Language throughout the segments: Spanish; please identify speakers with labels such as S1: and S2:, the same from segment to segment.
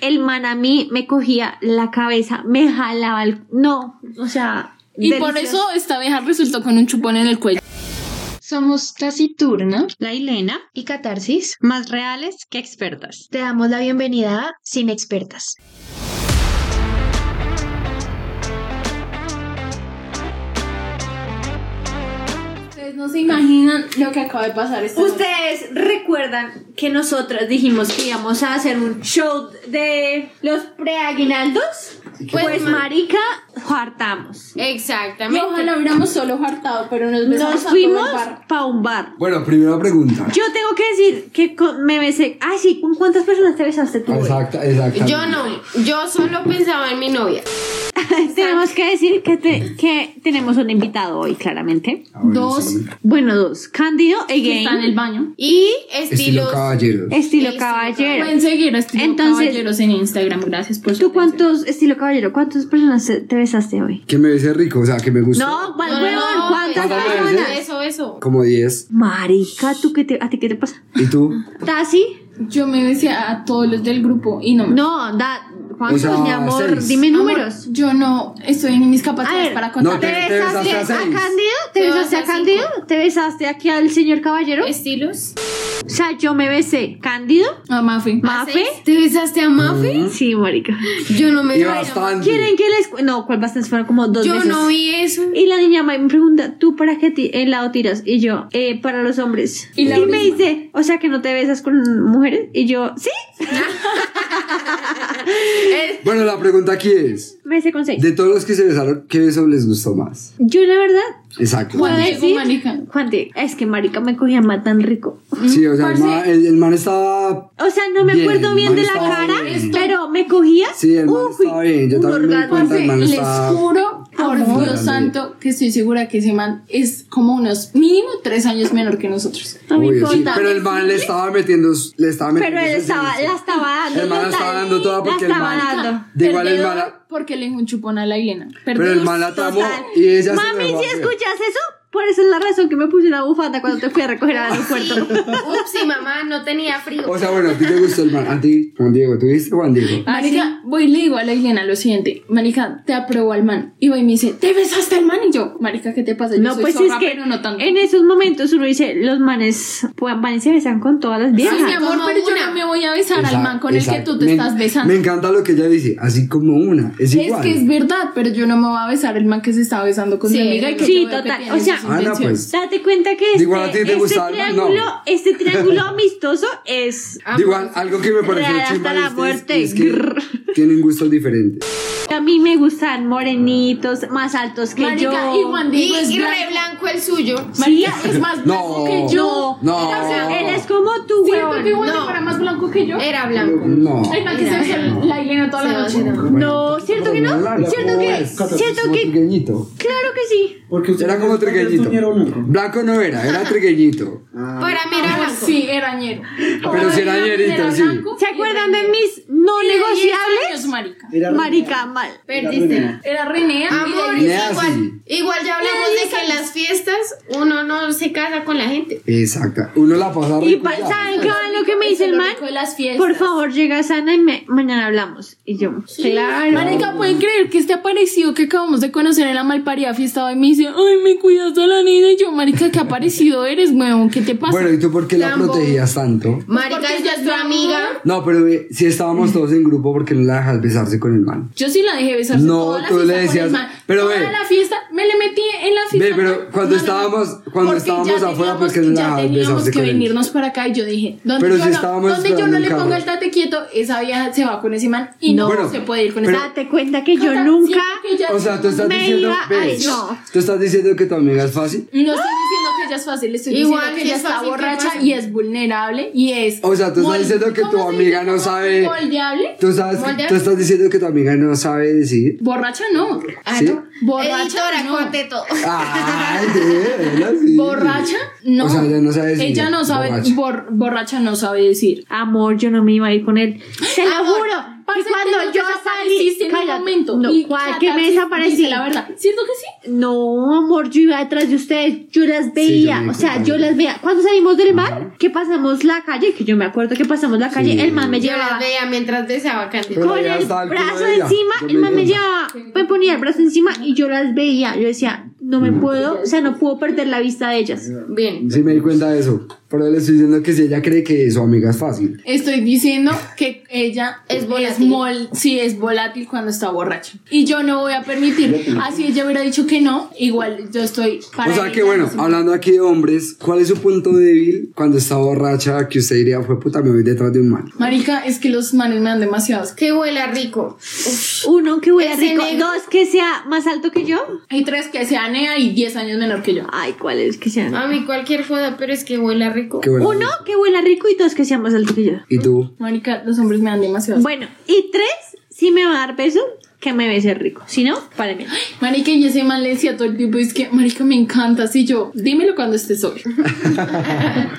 S1: el man a mí me cogía la cabeza, me jalaba el... No, o sea...
S2: Y por
S1: delicioso.
S2: eso esta vieja resultó con un chupón en el cuello.
S3: Somos Taciturna,
S4: La Elena,
S3: y Catarsis.
S4: más reales que expertas.
S3: Te damos la bienvenida a Sin Expertas.
S2: Ustedes no se imaginan lo que acaba de pasar esta noche.
S1: Ustedes recuerdan que nosotras dijimos que íbamos a hacer un show de los preaguinaldos. Pues, marica, hartamos.
S2: Y
S1: Exactamente.
S2: ojalá hubiéramos solo hartado, pero nos besamos
S1: Nos
S2: a
S1: fuimos
S2: todo el bar.
S1: para un bar.
S5: Bueno, primera pregunta.
S1: Yo tengo que decir que con- me besé. Ay, sí, ¿con cuántas personas te besaste tú? güey?
S5: Exacta, exacta.
S6: Yo no, yo solo pensaba en mi novia.
S1: tenemos que decir que, te- que tenemos un invitado hoy, claramente.
S5: Ah, bueno,
S2: Dos.
S5: sí.
S1: Bueno, dos. Cándido,
S2: Que Está en
S1: again.
S2: el baño.
S6: Y
S5: Estilo
S6: estilos.
S5: caballeros.
S1: Estilo
S6: Estilo
S1: caballero.
S2: Pueden seguir a Estilo
S1: Entonces-
S2: Caballeros en Instagram. Gracias por su
S1: ¿Tú
S2: atención.
S1: cuántos, estilo caballero, cuántas personas te te besaste hoy?
S5: Que me dice rico, o sea, que me gusta.
S1: No, ¿cuál
S6: No, no,
S1: huevón?
S6: no,
S1: ¿Cuántas
S6: pues,
S5: ¿Cuántas
S1: personas?
S5: veces?
S6: Eso, eso.
S5: Como 10.
S1: Marica, ¿tú qué te, ¿a ti qué te pasa?
S5: ¿Y tú?
S1: ¿Tasi?
S2: Yo me besé a todos los del grupo y no me
S1: No, da, ¿cuántos,
S5: O sea,
S1: mi amor?
S5: seis.
S1: Dime
S2: Amor,
S1: números.
S2: Yo no estoy en mis
S1: A
S2: capacidades
S1: ver,
S2: para contar.
S5: no,
S1: ¿Te
S5: te- te
S1: besaste a
S5: besaste a seis.
S1: Cándido? ¿Te
S6: Te
S1: besaste a
S6: besé a
S1: Cándido? ¿Te besaste aquí al señor caballero?
S6: Estilos.
S1: O sea, yo me besé. ¿Cándido?
S2: A Mafi.
S1: ¿Mafe?
S6: ¿Te besaste a
S2: Mm.
S6: Mafe?
S1: Sí, marica.
S6: Yo no me
S5: Y
S6: besé.
S5: bastante.
S1: ¿Quieren que les cu- No, ¿cuál bastantes? Fueron como dos
S6: Yo
S1: veces.
S6: no vi eso.
S1: Y la niña me pregunta, ¿tú para qué ti- eh, lado tiras? Y yo, eh, para los hombres. Y,
S2: Y la
S1: me
S2: misma.
S1: dice, o sea que no te besas con mujeres. Y yo, sí,
S5: Bueno, la pregunta aquí es:
S1: me besé con seis.
S5: De todos los que se besaron, ¿qué beso les gustó más?
S1: Yo la verdad,
S5: Exacto.
S1: puedo
S2: Diego,
S1: decir,
S2: marica.
S1: Juan Diego, es que marica me cogía más tan rico.
S5: Sí, o sea, el
S2: Parce.
S5: man, el- el man estaba.
S1: O sea, no me
S5: Bien,
S1: acuerdo bien de la
S5: estaba
S1: cara,
S5: bien.
S1: pero me cogía.
S5: Sí, el man
S1: uy,
S5: estaba bien, yo
S1: un
S5: también me di
S1: orgasmo.
S5: cuenta.
S2: Parce,
S5: el man
S2: les
S5: está-
S2: juro por
S5: Amor.
S2: Dios santo que estoy segura que ese man es como unos mínimo tres años menor que nosotros.
S1: No me
S5: Obvio, sí,
S1: importa.
S5: pero el man le estaba metiendo. Le estaba metiendo
S1: Pero él
S5: ese
S1: estaba,
S5: silencio.
S1: la estaba dando.
S5: El man la
S1: total,
S5: estaba dando toda porque
S1: la
S5: el
S1: estaba
S5: man-
S1: dando.
S5: De igual el
S2: Perdedor,
S5: man-
S2: Porque le dijo un chupón a la Elena.
S5: Pero el man la tramó
S1: Total.
S5: y ella se
S1: Mami,
S5: lo dejó
S1: si
S5: hacer.
S1: escuchas eso, por eso es la razón que me puse una bufanda cuando te fui a recoger al aeropuerto.
S6: Ups, y mamá no tenía frío.
S5: O sea, bueno, a ti te gustó el man. A ti, Juan Diego, ¿tú viste Juan Diego?
S2: Marica, voy y le digo a la Elena lo siguiente. Marica, te aprobó al man. Y voy y me dice, ¿te besaste al man? Y yo, Marica, ¿qué te pasa? Yo
S1: No,
S2: soy
S1: pues es
S2: zorra,
S1: que
S2: pero no tanto.
S1: en esos momentos uno dice, los manes pues, van y se besan con todas las
S2: Sí, mi
S1: viejas.
S2: amor,
S6: Como
S2: pero yo
S6: una.
S2: no me voy a besar al
S5: Exacto,
S2: man con el que
S5: exacto.
S2: tú te
S5: Me-
S2: estás besando.
S5: Me encanta lo que ella dice, así como una. Es
S2: es
S5: igual.
S2: que es verdad, pero yo no me voy a besar el man que se está besando con
S6: Sí,
S2: mi amiga y que
S1: sí,
S2: yo veo que
S1: total,
S2: tiene
S1: o sea-
S2: sus
S5: Ah, no,
S2: intenciones.
S5: pues.
S1: Date cuenta que este,
S5: Igual a ti te
S1: este
S5: gustaba,
S1: triángulo,
S5: no.
S1: este triángulo amistoso es...
S5: De Igual, algo que me pareció
S1: Real hasta
S5: chimba de
S1: la
S5: ustedes
S1: muerte.
S5: es que tienen gustos diferentes.
S1: A mí me gustan morenitos, más altos que
S2: Marica,
S1: yo.
S2: y Juan Diego
S6: Y,
S2: es
S6: y
S2: blanco.
S6: re blanco el suyo.
S2: Marica, es más blanco
S5: No.
S2: que yo.
S5: No.
S2: Era blanco.
S1: Él es como tú,
S2: Siento que
S1: huevón.
S2: Juan Diego
S6: No.
S2: era más blanco que yo.
S1: Eh,
S6: Era blanco.
S5: No.
S2: El man que se besó la Elena toda la
S6: Se
S2: noche.
S6: va,
S1: No, ¿cierto que no? ¿Cierto que? ¿Cierto que?
S5: Trigueñito.
S1: Claro que sí.
S7: Porque usted
S5: Era como trigueñito. Blanco no era, era trigueñito.
S6: Para mí era blanco.
S2: Sí, era ñero.
S5: Ah, Pero si era ñerito, sí.
S1: ¿Se acuerdan de mis no negociables?
S2: Años, marica.
S1: Marica, mal.
S6: Perdiste.
S2: Era Renea.
S6: Amor,
S5: Y era
S6: igual,
S5: así.
S6: igual ya hablamos de que en las fiestas uno no se casa con la
S5: Pues
S6: gente.
S5: Exacta. Uno la pasa
S1: Y
S5: rico
S1: pa-
S5: ya.
S1: ¿saben qué va lo que me dice el man?
S2: De las fiestas.
S1: Por favor, llega sana y me- mañana hablamos. Y yo, claro.
S2: Marica, ¿pueden creer que este aparecido que acabamos de conocer en la malparida fiesta hoy me dice, ay, me cuidas a la niña? Y yo, marica, ¿qué aparecido eres, weón? ¿Qué te pasa?
S5: Bueno, ¿y tú por qué la
S6: Lambo.
S5: protegías tanto?
S6: Marica
S2: Porque
S6: ella
S2: yo
S6: es tu
S2: amo.
S6: amiga.
S5: No, pero eh, si estábamos todos en grupo, ¿por qué no la dejas besarse con el man?
S2: yo sí la dejé besarse
S5: No,
S2: toda la
S5: tú le
S2: fiesta con
S5: decías,
S2: el man.
S5: pero
S2: toda
S5: ve.
S2: la fiesta, me le metí en la fiesta.
S5: Ve, pero cuando estábamos- cuando
S2: porque
S5: estábamos
S2: ya
S5: afuera,
S2: teníamos-
S5: ¿por qué no la
S2: Ya
S5: dejabas
S2: teníamos
S5: besarse
S2: que
S5: con él?
S2: venirnos para acá y yo dije, donde
S5: Pero
S2: yo,
S5: si
S2: no,
S5: estábamos
S2: donde yo no
S5: esperando
S2: le
S5: un
S2: ponga
S5: carro.
S2: el tate quieto, esa vieja se va con ese man y no
S5: Bueno,
S2: se puede ir con
S5: pero-
S2: ese man.
S1: Date cuenta que yo
S2: Jota,
S1: nunca.
S2: siento que ya-
S5: O sea, tú estás
S1: Me
S5: diciendo.
S1: iba-
S5: ve,
S1: ay, no.
S5: Tú estás diciendo que tu amiga es fácil.
S2: No estoy diciendo que ella es fácil, estoy
S6: Igual
S2: diciendo que
S6: si
S2: ella
S6: es
S2: está
S6: fácil, ¿qué
S2: borracha
S6: pasa?
S2: y es vulnerable y es.
S5: O sea, tú estás
S2: mol-
S5: diciendo que
S2: ¿cómo
S5: tu
S2: se
S5: amiga
S2: dice?
S5: no sabe-
S2: Moldeable.
S5: Tú sabes, que-
S6: Moldear.
S5: tú estás diciendo que tu amiga no sabe decir.
S2: Borracha no.
S5: ¿Sí?
S2: Borracha
S6: Editora,
S2: no.
S6: corte todo.
S5: Ay, de verdad, sí.
S2: Borracha no.
S5: O sea, ella no sabe decir.
S2: Ella no sabe.
S5: Borracha.
S2: bor- borracha no sabe decir.
S1: Amor, yo no me iba a ir con él. Se lo
S6: Amor,
S1: juro.
S2: parce,
S1: que
S6: cuando yo salí.
S2: desapareciste en un
S1: cállate.
S2: momento.
S1: No,
S2: Y
S1: ¿cuál que me
S2: catarsis,
S1: desaparecí?
S2: dice La verdad. ¿Cierto que sí?
S1: No, amor, yo iba detrás de ustedes, yo las veía,
S5: yo me
S1: o sea,
S5: acuerdo.
S1: yo las veía. Cuando salimos del mar, que pasamos la calle, que yo me acuerdo que pasamos la calle,
S5: Sí.
S1: el man me
S6: Yo la
S1: llevaba
S6: veía mientras deseaba cantar.
S5: Pero la
S1: con
S5: veía
S1: el
S5: hasta el culo
S1: brazo
S5: de ella.
S1: encima,
S5: Yo
S1: el man me
S5: veía.
S1: llevaba, me ponía el brazo encima y yo las veía. Yo decía, no
S5: Mm.
S1: me puedo, o sea, no puedo perder la vista de ellas.
S6: Bien.
S5: Sí, me di cuenta de eso. Pero le estoy diciendo que si ella cree que su amiga es fácil.
S2: Estoy diciendo que ella
S6: Es
S2: Es
S6: volátil.
S2: mol- sí, es volátil cuando está borracha. Y yo no voy a permitir. Así ella hubiera dicho que no. Igual yo estoy para.
S5: o sea
S2: ella,
S5: que bueno,
S2: no sé.
S5: hablando aquí de hombres, ¿cuál es su punto débil cuando está borracha que usted diría, fue puta, me voy detrás de un man?
S2: Marica, es que los manes me dan demasiados.
S6: Que huela rico.
S1: Uno, que huele
S6: Ese
S1: rico.
S6: negro.
S1: Dos, que sea más alto que yo.
S2: Hay tres que se anea y 10 años menor que yo.
S1: Ay, ¿cuál es que sea?
S2: Ah,
S6: A mí cualquier joda, pero es que huela rico.
S5: Qué bueno.
S1: Uno, que huela rico y dos, que sea más alto que yo.
S5: ¿Y tú?
S2: Marica, los hombres me dan demasiados.
S1: Bueno, y tres, si me va a dar beso, que me bese rico. Si no, para mí.
S2: Marica, y ese man le decía todo el tiempo, es que, Marica, me encanta. Así yo, dímelo cuando estés solo.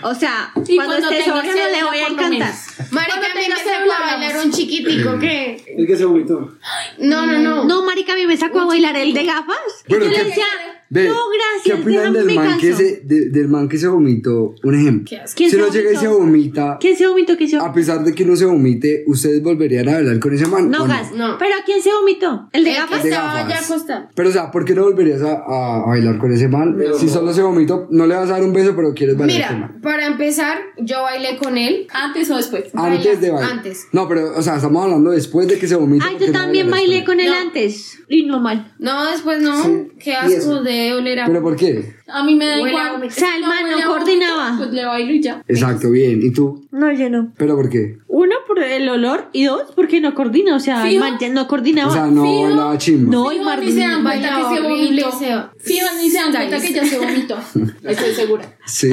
S1: O sea,
S2: Y
S1: cuando,
S2: cuando
S1: esté
S2: tenga
S1: solo no le
S2: sed,
S1: voy a
S2: por lo
S1: encantar.
S2: menos.
S6: Marica,
S2: Cuando
S6: a mí
S2: tenga
S6: me sacó
S2: cédula,
S6: a bailar
S2: vamos.
S6: un chiquitico que...
S5: El que se vomitó.
S6: No, no, no.
S1: No, marica, a mí me sacó a bailar el de gafas.
S5: Bueno,
S1: y yo
S5: ¿qué-
S1: le decía,
S5: Ve,
S1: no,
S5: ¿Qué
S1: gracias,
S5: opinan
S1: déjame,
S5: del
S1: me
S5: man, que
S1: canso.
S5: se, de- del man que se vomitó? Un ejemplo.
S6: asco.
S5: Si
S1: ¿Quién se
S5: uno llega y se
S1: vomitó?
S5: vomita,
S1: ¿Quién se vomitó? ¿Quién se
S5: a
S1: vomitó?
S5: pesar de que no se vomite, ¿ustedes volverían a hablar con ese man?
S1: No,
S5: o
S1: gas.
S6: No.
S1: ¿Pero a quién se vomitó? ¿El Mm. de
S6: El que
S1: gafas?
S5: De
S6: estaba ya
S5: gafas.
S6: acostado.
S5: Pero, o sea, ¿por qué no volverías a, a- a bailar con ese man? si solo se vomitó, no le vas a dar un beso, pero quieres bailar con ese
S6: Mira,
S5: man.
S6: para empezar, yo bailé con él.
S2: Antes o después.
S5: Antes de bailar.
S6: antes.
S5: No, pero, o sea, estamos hablando después de que se vomita.
S1: Ay,
S5: ¿por
S1: yo
S5: qué no
S1: también
S5: bailar
S1: bailé
S5: después?
S1: con él
S6: No.
S1: antes. Y no mal.
S6: No, después no. Qué asco
S5: eso?
S6: de oler a...
S5: ¿Pero por qué?
S2: A mí me da
S6: Huele a
S2: igual.
S6: vómito.
S1: O sea, el man no
S2: huele a
S1: coordinaba.
S2: vómito, Pues le bailo y ya.
S5: Exacto, bien. ¿Y tú?
S1: No, yo no.
S5: ¿Pero por qué?
S1: Uno, por el olor. Y dos, porque no coordina. O sea, el
S2: ¿Fijo?
S1: man ya no
S5: O
S1: coordinaba.
S5: sea, no
S2: fijo.
S5: bailaba chimba.
S1: no, el
S2: Fijo,
S1: man
S2: ni se dan cuenta
S6: Vaya,
S2: que se
S6: horrible,
S2: vomitó.
S6: sea.
S2: Fijo, ni se dan cuenta que ya se vomitó. Estoy segura.
S5: Sí.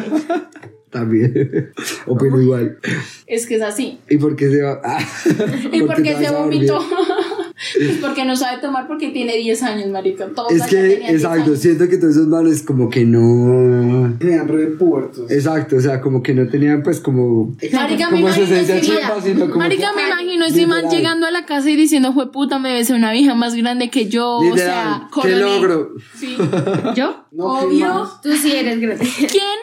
S5: también. Opino igual.
S2: Es que es así.
S5: ¿Y por qué se va? Ah.
S2: ¿Y por qué
S5: te
S2: se
S5: vas a dormir?
S2: vomitó? pues porque no sabe tomar porque tiene 10 años, marica. Todos
S5: Es
S2: acá
S5: que,
S2: tenían 10
S5: exacto,
S2: años.
S5: siento que todos esos manes como que no...
S7: Eran re puertos.
S5: Exacto, o sea, como que no tenían pues como...
S2: Marica, me
S5: como
S2: imagino
S5: esencia
S2: ese
S5: chimba, sino como
S2: Marica,
S5: que-
S2: me imagino ese man
S5: Literal.
S2: llegando a la casa y diciendo, fue puta, me besé una vieja más grande que yo.
S5: Literal,
S2: o sea,
S5: qué
S2: coroné".
S5: logro.
S2: Sí.
S1: ¿Yo?
S7: No, qué mal.
S2: Obvio.
S6: Tú sí eres grande.
S2: ¿Quién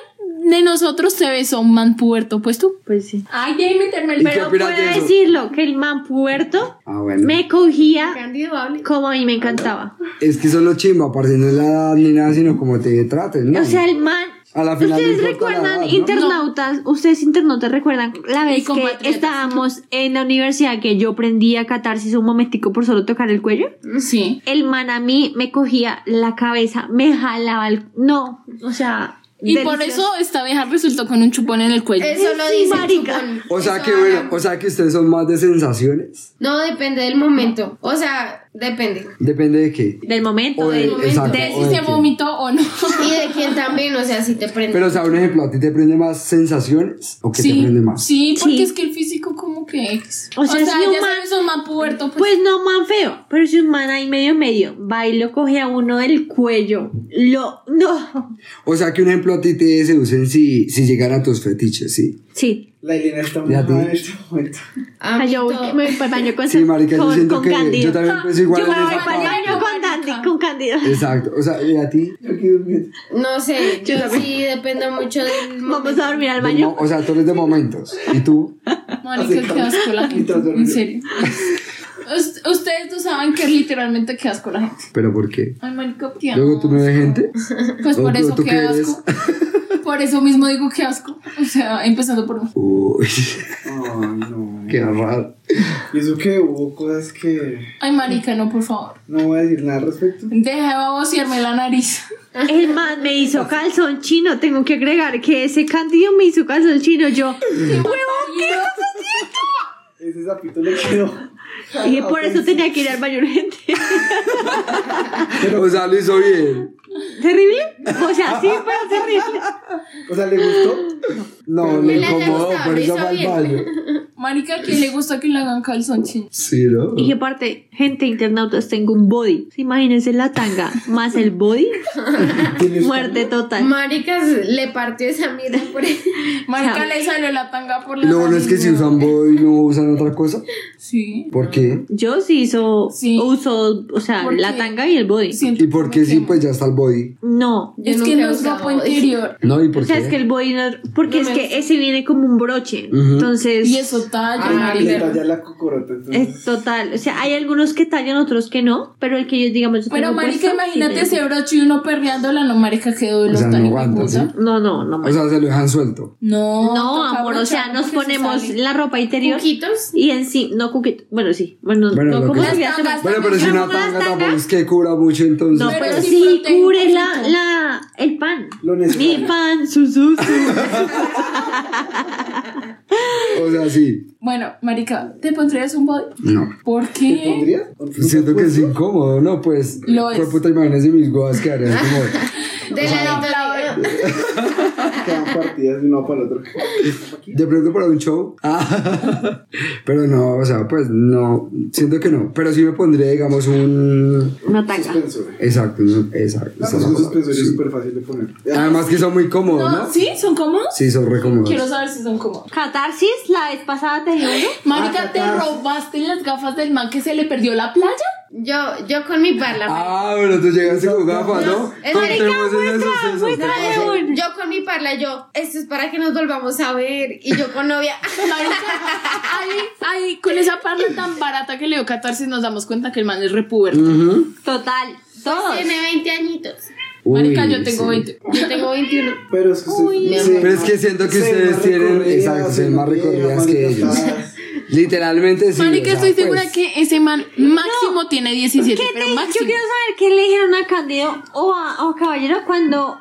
S2: de nosotros se besó un man puerto? Pues tú.
S1: Pues sí.
S2: Ay, Jamie, te
S5: ¿Y qué
S1: Pero puedo
S5: opinas de eso?
S1: decirlo, que el man puerto
S5: Ah, bueno.
S1: me cogía
S6: Cándido, hable.
S1: como a mí me encantaba.
S5: Es que solo chimba, parce, no es la edad ni nada, sino como te traten, ¿no?
S1: O sea, el man...
S5: A la final no
S1: Ustedes
S5: importa la
S1: recuerdan,
S5: edad, ¿no?
S1: internautas, ustedes internautas recuerdan la vez que
S2: compatriotas.
S1: estábamos en la universidad que yo prendí a catarsis un momentico por solo tocar el cuello.
S2: Sí.
S1: El man a mí me cogía la cabeza, me jalaba el... No, o sea...
S2: Y
S1: delicioso.
S2: por eso esta vieja resultó con un chupón en el cuello.
S6: Eso lo
S1: Sí,
S6: dice el
S1: marica.
S6: chupón.
S5: O sea
S6: Eso
S5: que
S6: habla.
S5: bueno, o sea que ustedes son más de sensaciones.
S6: No, depende del momento. O sea, depende.
S5: Depende de qué.
S1: Del momento,
S5: O
S1: del...
S5: del- exacto,
S1: del-
S5: o
S2: si
S5: de
S2: se
S5: qué.
S2: vomitó o no.
S6: Y de quién también, o sea, si te prende.
S5: Pero, o sea, un ejemplo, ¿a ti te prende más sensaciones o qué te
S2: Sí,
S5: prende más?
S2: sí, porque
S1: Sí.
S2: es que el físico como que es.
S1: O sea, si un
S2: ya
S1: man-
S2: sabes, un man puerto, pues,
S1: Pues no, man feo. Pero si un man ahí medio medio va y lo coge a uno del cuello. Lo. No.
S5: O sea que un ejemplo a ti te seducen si, si llegan a tus fetiches, sí.
S1: Sí.
S7: La Elena está muy
S5: Ya te-
S7: mal en este momento.
S6: A
S1: Ay,
S6: mí
S1: yo
S6: todo.
S1: me voy para el baño con,
S5: Sí, marica, yo
S1: Pues con-
S5: siento
S1: con
S5: que
S1: Cándido.
S5: yo también Eh, pienso igual
S1: Yo me
S5: en
S1: voy
S5: esa
S1: para el
S5: parte.
S1: baño con, Candi- con Cándido.
S5: Exacto, o sea, ¿y a ti?
S7: Yo aquí durmiendo.
S6: No sé, sí depende mucho del
S1: Vamos
S6: momento.
S1: a dormir al
S5: De mo-
S1: baño.
S5: O sea, tú eres de momentos. ¿Y tú?
S2: Mónica, qué asco la gente.
S7: Mientras
S2: En
S7: duerme.
S2: serio. Us- Ustedes no saben que literalmente qué asco la gente.
S5: ¿Pero por qué?
S2: Ay, marica, qué
S5: Luego tú me
S2: asco.
S5: ves gente.
S2: Pues por
S5: ¿O- o
S2: eso
S5: tú
S2: qué
S5: qué eres?
S2: asco. Por eso mismo digo qué asco. O sea, empezando por mí.
S5: Uy,
S7: Ay, no.
S5: qué raro.
S7: Y eso que hubo cosas que
S2: Ay, marica, no, por favor.
S7: no voy a decir nada al respecto.
S2: Deja de babosearme la nariz.
S1: El man me hizo calzón chino. Tengo que agregar que ese Cándido me hizo calzón chino. Yo.
S7: Ese sapito le quedó.
S1: Y
S5: Ah,
S1: por eso tenía que ir al baño urgente.
S5: O sea, lo hizo bien.
S1: ¿Terrible? O sea, sí, pero terrible.
S7: O sea, le gustó.
S5: No,
S7: Pero
S5: le
S6: le haya
S5: incomodó,
S6: gustado,
S5: por
S6: lo
S5: eso
S6: hizo
S5: va al
S6: bien.
S5: baño.
S2: Marica, ¿quién le gusta que le hagan calzonchín?
S5: Sí, ¿no?
S1: Y que parte, gente internautas, tengo un body. ¿Se Imagínense la tanga más el body.
S7: ¿Tienes-
S1: Muerte total.
S6: Maricas le partió esa mierda por ahí.
S2: Marica le salió la tanga por la
S5: Lo bueno es que si
S2: nariz,
S5: usan boy no usan otra cosa.
S2: Sí.
S5: ¿Por qué?
S1: Yo sí hizo,
S2: Sí.
S1: uso, o sea,
S2: ¿Por
S1: la
S2: qué?
S1: tanga y el body.
S2: Siento
S5: ¿Y por qué
S2: que
S5: sí?
S2: no.
S5: Pues ya está el body.
S1: No.
S2: Es
S6: Yo
S2: que
S6: nunca
S2: no
S6: he
S2: es
S6: usado
S2: ropa
S6: eso.
S2: interior.
S5: No, ¿y por
S1: O sea,
S5: qué?
S1: es que el body no- porque es
S6: No me
S1: que ese viene como un broche.
S5: Ujú.
S1: Entonces,
S2: Y eso talla,
S7: Ah, le
S2: marica.
S7: talla la cocorota, entonces.
S1: es total. O sea, hay algunos que tallan, otros que no, pero el que ellos digamos. yo
S2: Pero
S1: tengo
S2: marica,
S1: puesto,
S2: imagínate
S1: tiene-
S2: ese broche y uno perreándola, no marica, qué duelo
S5: O sea,
S2: tan
S5: no aguanta,
S2: hijueputa.
S5: ¿sí?
S1: No, no, no.
S5: O sea, se lo dejan suelto.
S1: No,
S2: No, toca
S1: amor, o sea,
S2: abrocharlo
S1: nos
S2: porque se
S1: ponemos
S2: sale.
S1: la ropa interior
S6: Cuquitos.
S1: y en sí, no cuquito, bueno, sí, bueno,
S5: Bueno, lo
S1: no, ¿cómo
S5: que-
S1: se
S2: Las
S1: hace?
S2: tangas
S5: Bueno,
S2: También
S5: pero si
S1: la
S5: una
S1: muda
S5: tanga
S1: tanga.
S5: tampoco es que cubra mucho, entonces. pues,
S1: No,
S2: pues, Pero
S1: pero,
S2: sí
S1: sí,
S2: protege un
S1: cubre la,
S2: poquito.
S1: la, el pan.
S7: Lo
S1: Mi
S7: necesario.
S1: pan, su, su, su.
S5: O sea, sí.
S2: Bueno, marica, ¿te pondrías un body?
S5: No.
S2: ¿Por
S7: ¿Te
S2: qué?
S7: pondrías?
S5: Pues Siento que es incómodo, ¿no? Pues.
S2: Lo es.
S5: Por puta, imagínense mis godas quedarían como.
S6: De la
S7: Quedan partidas de uno para el otro.
S5: De pronto para un show. Ah, pero no, o sea, pues no. Siento que no. Pero sí me pondría, digamos, un.
S1: Una tanga.
S7: Suspensor.
S5: Exacto, un- exacto.
S7: No,
S5: esa es
S7: pues
S5: la
S7: un
S5: palabra,
S7: suspensor es
S5: sí.
S7: súper fácil de poner.
S5: Además que son muy cómodos, ¿no? Pues,
S2: No, ¿Sí? ¿Son cómodos?
S5: Sí, son re cómodos.
S2: Quiero saber si son cómodos.
S1: Catarsis, la vez pasada te dio uno. Ah,
S2: Marica, ¿te robaste las gafas del man que se le perdió la playa?
S6: Yo, yo con mi parla.
S5: Ah, pero tú llegaste con gafas, ¿no?
S6: es
S5: Contemos ese suceso, ¿qué pasó?
S6: Yo con mi parla, yo, esto es para que nos volvamos a ver. Y yo con novia.
S2: Marica, ahí, ahí, con esa parla tan barata que le dio catarsis nos damos cuenta que el man es repuberto.
S5: Ujú.
S1: Total, todos.
S6: Tiene 20 añitos.
S2: Marica,
S5: Uy,
S2: yo tengo
S5: sí.
S2: 20.
S6: Yo tengo 21.
S7: Pero es que ustedes.
S5: Pero es que siento que ustedes tienen. Exacto, se ven más recorridas que ellos. Literalmente sí.
S2: Marica,
S5: o sea,
S2: estoy segura
S5: pues,
S2: que ese man máximo tiene 17,
S1: ¿Qué
S2: pero
S1: te- yo
S2: máximo.
S1: quiero saber qué le dijeron a Candido o a, o a Caballero cuando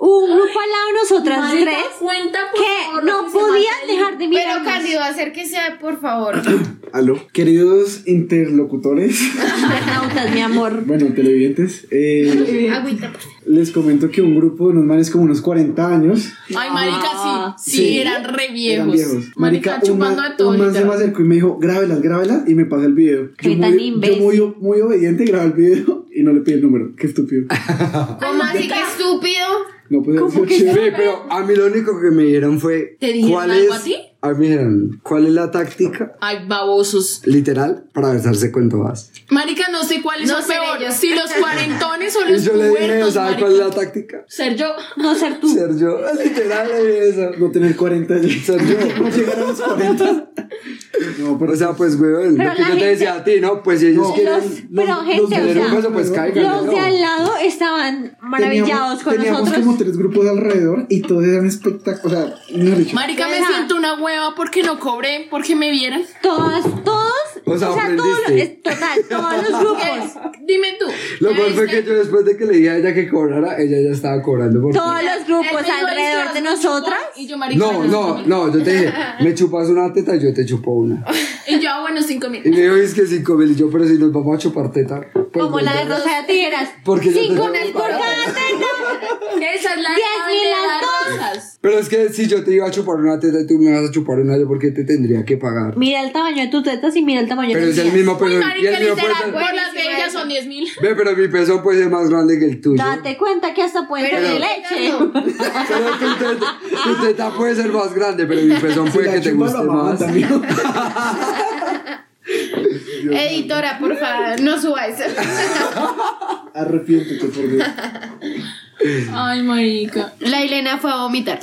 S1: un grupo al lado de nosotras
S2: Marica,
S1: tres
S2: cuenta, por
S1: que
S2: favor,
S1: no
S2: que se
S1: podían
S2: mate el-
S1: dejar de mirar.
S6: Pero Cándido, acérquese, por favor.
S7: Aló, queridos interlocutores,
S1: Internautas, mi amor.
S7: bueno, televidentes, eh,
S6: Agüita. por favor.
S7: les comento que un grupo de unos manes como unos 40 años
S2: Ay,
S1: Ah.
S2: marica, sí, sí, eran re viejos.
S7: eran viejos.
S2: Marica,
S7: un man-
S2: chupando de todo.
S7: Un man se me
S2: literal.
S7: acercó y me dijo, grábelas, grábelas, y me pasó el video.
S1: Qué
S7: yo
S1: tan
S7: muy, yo
S1: imbécil.
S7: muy, muy obediente grabé el video y no le pedí el número. Qué estúpido.
S6: ¿Cómo así que estúpido?
S7: No puede ser
S5: Sí,
S7: chévere.
S5: pero a mí lo único que me dijeron fue.
S2: ¿Te dijeron
S5: ¿cuál
S2: algo
S5: es,
S2: a ti?
S5: mí me dijeron, ¿cuál es la táctica
S2: Ay, babosos.
S5: literal para besarse con todas?
S2: Marica, no sé cuáles
S6: No
S2: son
S6: sé
S2: peores.
S6: ellos.
S2: Si los cuarentones o
S5: Y
S2: los
S5: yo le dije,
S2: puertos,
S5: ¿sabes
S2: marica.
S5: cuál es la táctica?
S2: Ser yo.
S1: No ser tú.
S5: Ser yo. Literal le dije eso.
S7: No tener 40 años.
S5: Ser yo.
S7: Llegar a los 40. No, pero
S5: O sea, pues, weón,
S1: Pero la
S5: lo que yo te
S1: gente-
S5: decía a ti, ¿no? Pues si ellos
S7: No.
S5: quieren.
S1: Los- pero,
S5: los-
S1: gente,
S5: los
S1: o
S5: que dieron
S1: sea,
S5: beso, pues caigan.
S1: Los de al lado estaban maravillados con
S7: teníamos
S1: nosotros.
S7: como tres grupos alrededor y todos eran espectaculares. O sea, no dicho.
S2: Marica, me
S1: Deja.
S2: siento una hueva porque no cobré, porque me vieran.
S1: Todas, todos.
S5: O
S1: O
S5: sea,
S1: sea, todos, los-
S5: aprendiste.
S1: es total, todos los grupos.
S2: Eh, Dime tú.
S5: Lo
S2: ¿ya
S5: cual fue
S2: viste?
S5: que yo después de que le dije a ella que cobrara, ella ya estaba cobrando por
S1: Todos los grupos
S2: Él me dijo,
S1: alrededor de
S2: "Listo, nos chupó",
S1: nosotras.
S2: Y yo, marica,
S5: No,
S2: bueno,
S5: no,
S2: cinco mil.
S5: no, yo te dije, me chupas una teta y yo te chupo una.
S2: Y yo, ah, bueno, cinco mil.
S5: Y me dijo, es que cinco mil, y yo, pero si nos vamos a chupar teta. pues,
S1: Como la de
S5: bueno,
S1: Rosa de Tijeras.
S5: Porque yo
S1: Cinco
S5: te-
S1: mil por cada teta.
S2: Esa es la
S1: Diez
S2: edad
S1: mil
S2: de
S1: las
S2: las
S1: dos.
S2: rosas.
S5: Pero es que si yo te iba a chupar una teta y tú me vas a chupar una, yo porque te tendría que pagar.
S1: Mira el tamaño de tus tetas y mira el tamaño
S5: Pero
S1: de
S5: es
S1: tus
S5: el mismo
S2: Uy,
S5: pezón. Y
S2: marica,
S5: el mío puede
S2: literal,
S5: ser-
S2: por las de
S6: Buenísima
S2: ellas
S6: esa.
S2: son diez mil.
S5: Ve, pero mi pezón puede ser más grande que el tuyo.
S1: Date cuenta que hasta pueden
S6: Pero-
S1: tener leche.
S5: Pero tu teta, tu teta puede ser más grande, pero mi pezón puede
S7: la
S5: que te
S7: chupa la
S5: guste
S7: mamá
S5: más.
S7: también.
S6: Editora, por favor, no suba eso.
S7: Arrepiéntete por Dios.
S2: Ay, marica.
S6: La Elena fue a vomitar.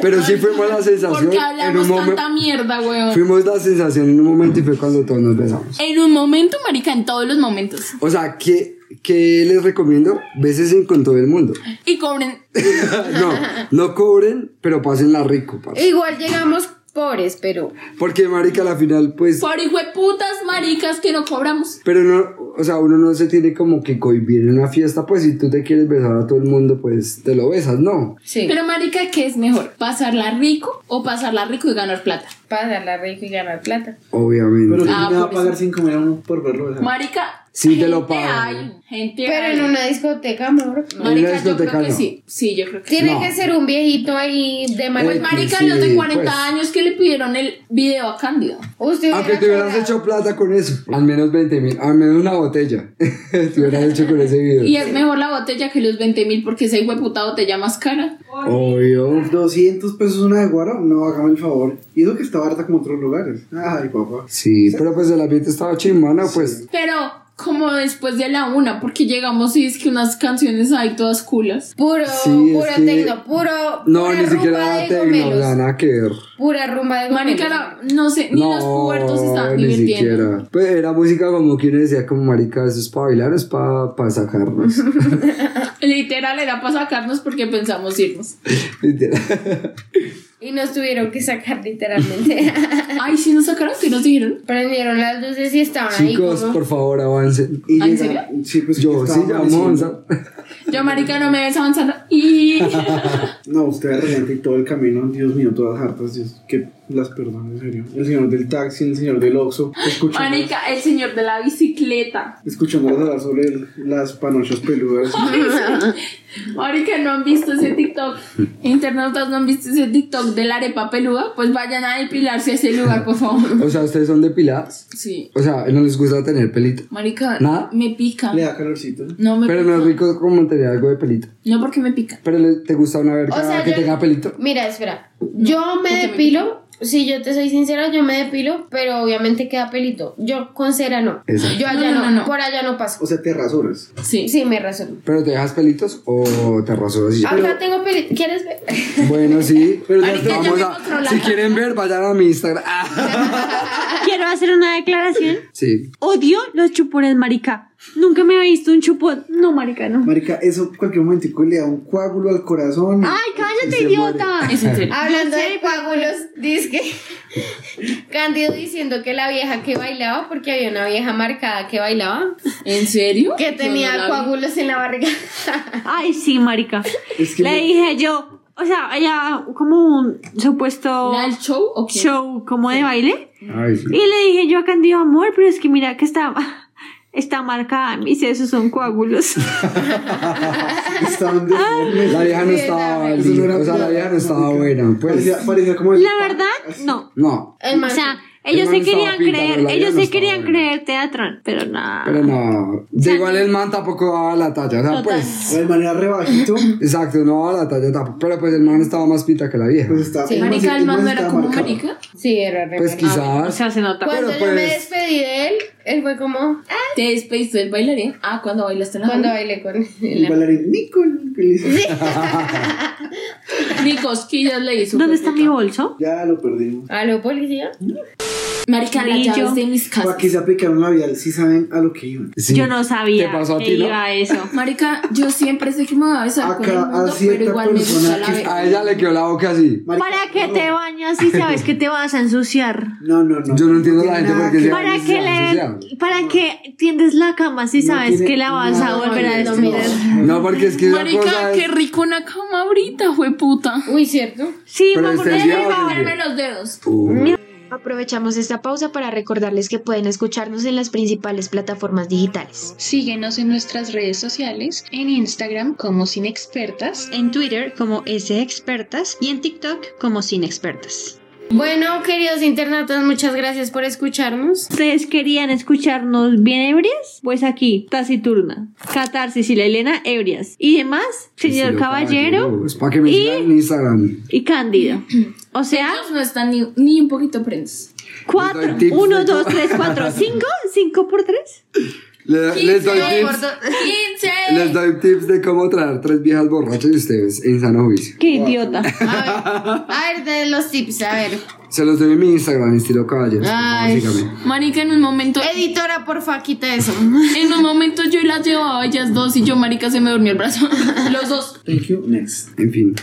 S5: Pero sí fuimos la sensación
S2: Porque
S5: en un
S2: hablamos
S5: momento.
S2: tanta mierda, weón.
S5: Fuimos la sensación en un momento y fue cuando todos nos besamos.
S2: En un momento, marica, en todos los momentos.
S5: O sea, ¿qué, qué les recomiendo? Besen con todo el mundo.
S2: Y cobren.
S5: no, no cobren, pero pásenla rico, parce.
S6: Igual llegamos pobres, pero
S5: Porque, marica, a la final, pues...
S2: Por hijo de putas maricas que no cobramos.
S5: Pero no, o sea, uno no se tiene como que cohibir en una fiesta, pues si tú te quieres besar a todo el mundo, pues te lo besas, ¿no?
S8: Sí.
S2: Pero marica, ¿qué es mejor? ¿Pasarla rico o pasarla rico y ganar plata?
S6: Pasarla rico y ganar plata.
S5: Obviamente.
S7: Pero ¿quién
S2: Ah,
S7: le va a
S2: pues-
S7: pagar 5 mil a uno por verlo? O sea,
S2: Marica,
S5: Sí, te lo
S2: gente
S5: pagan.
S2: hay, gente
S6: Pero
S2: hay.
S6: en una discoteca, amor.
S5: En una
S2: Marica, yo
S5: discoteca
S2: creo que
S5: no.
S2: sí. Sí, yo creo que sí.
S6: Tiene
S5: No.
S6: que ser un viejito ahí de
S5: Eh,
S2: Pues
S6: manual.
S2: marica,
S5: sí,
S2: los de 40
S5: pues.
S2: años que le pidieron el video a Cándido.
S6: Usted
S5: Aunque
S6: hubiera
S5: Ah, te hubieras
S6: cobrado.
S5: hecho plata con eso, al menos 20 mil, al menos una botella, te hubieras hecho con ese video.
S2: Y es mejor la botella que los 20 mil porque esa hijueputa botella más cara.
S5: Obvio.
S7: 200 pesos una de guaro, no, hágame el favor. Y eso que estaba harta como otros lugares. Ay, papá.
S5: Sí, pero pues el ambiente estaba chimana, pues.
S2: Pero como después de la una, porque llegamos y es que unas canciones ahí todas culas.
S6: Puro,
S5: Sí, es
S6: puro
S5: que-
S6: tecno, puro.
S5: No,
S6: pura
S5: ni
S6: rumba
S5: siquiera
S6: de
S5: tecno,
S6: gomelos.
S5: nada, nada que ver.
S6: Pura rumba de
S2: Marica,
S6: gomelos.
S2: no, no sé, ni los puertos estaban
S5: ni
S2: divirtiendo.
S5: siquiera. Pues era música como que uno decía, como marica, eso es para bailar, es para sacarnos.
S2: Literal era para sacarnos porque pensamos irnos.
S5: Literal.
S6: Y nos tuvieron que sacar literalmente.
S2: Ay, sí nos sacaron, que nos dijeron?
S6: Prendieron las luces y estaban
S5: Chicos,
S6: ahí. Como...
S5: por favor, avancen.
S7: Y
S2: ¿Ah, en
S7: llega- Sí, pues
S5: Yo, sí,
S7: estaba
S5: llamó.
S7: amaneciendo.
S2: Yo, marica, no me ves avanzando. Y...
S7: No, usted adelante y todo el camino, Dios mío, todas hartas, Dios, que las perdone, en serio. El señor del taxi, el señor del Oxxo, escuchando,
S2: Marica, el señor de la bicicleta.
S7: escuchándolas hablar sobre el- las panochas peludas.
S2: Marica, ¿no han visto ese TikTok? Internautas, ¿no han visto ese TikTok del arepa peluda? Pues vayan a depilarse a ese lugar, por favor.
S5: O sea, ustedes son depiladas.
S2: Sí.
S5: O sea, no les gusta tener pelito.
S2: Marica,
S5: ¿Nada?
S2: me pica.
S7: Le da calorcito.
S2: No me
S5: Pero
S2: pica.
S5: no es rico como tener algo de pelito.
S2: No porque me pica.
S5: Pero le- te gusta una verga
S6: O sea,
S5: que
S6: yo-
S5: tenga pelito.
S6: Mira, espera. Yo me depilo. Si yo te soy sincera, yo me depilo, pero obviamente queda pelito. Yo con cera no.
S5: Exacto.
S6: Yo allá
S2: No,
S6: no,
S2: no, no, no.
S6: por allá no paso.
S7: O sea, te rasuras.
S2: Sí.
S6: Sí, me razón.
S5: Pero te dejas pelitos o te rasuras y ya?
S6: Acá tengo pelito. ¿Quieres ver?
S5: Bueno, sí. Pero ya
S2: Marica, ya
S5: vamos
S2: me
S5: a-
S2: encontró la
S5: Si
S2: cara.
S5: quieren ver, vayan a mi Instagram. Ah.
S4: Quiero hacer una declaración.
S5: Sí.
S8: Odio los chupones, marica. Nunca me había visto un chupón. No, marica, no.
S7: Marica, eso cualquier momentico le da un coágulo al corazón.
S8: Ay, cállate,
S7: se
S8: idiota.
S2: Es en serio.
S6: Hablando de
S3: pues,
S6: coágulos, dice que Cándido diciendo que la vieja que bailaba, porque había una vieja marcada que bailaba,
S2: ¿En serio?
S6: que
S2: Yo
S6: tenía
S2: no la vi.
S6: coágulos en la barriga.
S8: Ay, sí, marica.
S7: Es que
S8: Le
S7: me-
S8: dije yo, o sea, ella como un supuesto
S2: ¿La del show o qué?
S8: show como de baile.
S5: Ay, sí.
S8: Y le dije yo a Candido, amor, pero es que mira que está, está marcada. Me dice, esos son coágulos.
S7: Estaban deformes.
S5: La vieja no
S6: Sí,
S5: estaba
S6: dame.
S7: Eso no
S5: linda.
S7: era
S5: O sea, la
S7: plata,
S5: vieja no estaba
S7: marica.
S5: buena. Pues.
S7: parecía, parecía como...
S8: La verdad, no.
S5: No.
S6: El man-
S8: O sea,
S5: El
S8: ellos
S5: man
S8: se
S5: estaba
S8: querían
S5: pintado,
S8: creer,
S5: la vida
S8: ellos
S5: no
S8: se
S5: estaba
S8: querían
S5: buena.
S8: creer teatrón, pero nada.
S5: Pero
S8: Ah.
S5: no. De igual el man tampoco daba la talla. O sea, pues.
S7: De manera rebajito,
S5: Exacto, no daba la talla tampoco. Pero pues el man estaba más pinta que la vieja.
S7: pues estaba...
S6: Sí.
S2: Marica, el
S7: man
S2: man no era
S7: estaba
S2: como
S7: marcado.
S2: marica.
S6: Sí, era re
S5: Pues
S6: marcada.
S8: o
S5: quizás.
S8: sea, se nota.
S6: Cuando
S5: Pero
S6: yo me
S5: pues-
S6: despedí de él, él fue como, ah,
S2: Te despediste del bailarín. Ah, cuando bailaste en la
S6: cuando bailé con
S7: El
S6: él.
S7: bailarín Nicol, que le hizo.
S2: Ni cosquillas le hizo. pues,
S8: ¿Dónde
S2: hijo
S8: está
S2: de
S8: mi
S2: puta.
S8: bolso?
S7: Ya lo perdimos.
S6: ¿Aló, policía?
S2: Marica, las
S8: Brillo.
S2: llaves de mis casas.
S7: Para que se aplicaron labial, sí saben a lo que iban.
S5: Sí.
S8: Yo no sabía
S5: ¿Te pasó a
S8: que
S5: ti, no?
S8: iba a eso.
S2: Marica, yo siempre sé que me voy a besar con el
S7: Acá, a
S2: mundo,
S7: cierta
S2: pero igual me gusta
S7: persona
S2: la
S7: que
S2: vez.
S7: está-
S5: A ella le quedó la boca así.
S7: Marica,
S8: ¿Para qué
S7: no.
S8: te bañas si sabes que te vas a ensuciar?
S7: No, no, no.
S5: Yo no entiendo la gente por qué se-
S8: ¿Para
S5: no
S8: qué
S5: ensuciar.
S8: le, para qué tiendes la cama si sabes que la vas a volver a
S7: descubrir.
S8: desnudar?
S5: No, porque es que una
S2: Marica,
S5: cosa
S2: qué
S5: es.
S2: rico una cama ahorita, jueputa.
S6: Uy, ¿cierto?
S8: Sí,
S5: Pero
S8: mamá,
S5: este
S8: porque
S5: día-
S2: Verme los dedos.
S5: Uh,
S3: Aprovechamos esta pausa para recordarles que pueden escucharnos en las principales plataformas digitales.
S9: Síguenos en nuestras redes sociales, en Instagram como Sin Expertas.
S4: En Twitter como S Expertas y en TikTok como Sin Expertas.
S6: Bueno, queridos internautas, muchas gracias por escucharnos.
S8: ustedes querían escucharnos bien ebrias, pues aquí, taciturna, catarsis y la Elena ebrias. Y demás, señor
S5: sí,
S8: caballero
S5: Es para que me
S8: Y-
S5: sigan en Instagram.
S8: y Cándido. O sea,
S2: Ellos no están ni, ni un poquito prendes.
S5: Les
S8: cuatro,
S5: doy tips
S8: uno,
S5: de
S8: dos,
S5: todo.
S8: tres, cuatro, cinco, cinco por tres.
S5: Le- les, doy tips,
S2: 15.
S5: les doy tips de cómo traer tres viejas borrachas y ustedes en sano juicio.
S8: Qué idiota.
S6: A ver, a ver, de los tips, a ver.
S5: Se los doy en mi Instagram, estilo caballero.
S6: Ay.
S5: Básicamente.
S2: Marica, en un momento,
S6: Editora, porfa, quita eso.
S2: en un momento yo las llevaba a ellas dos y yo, marica, se me durmió el brazo. Los dos.
S7: Thank you, next.
S5: En fin.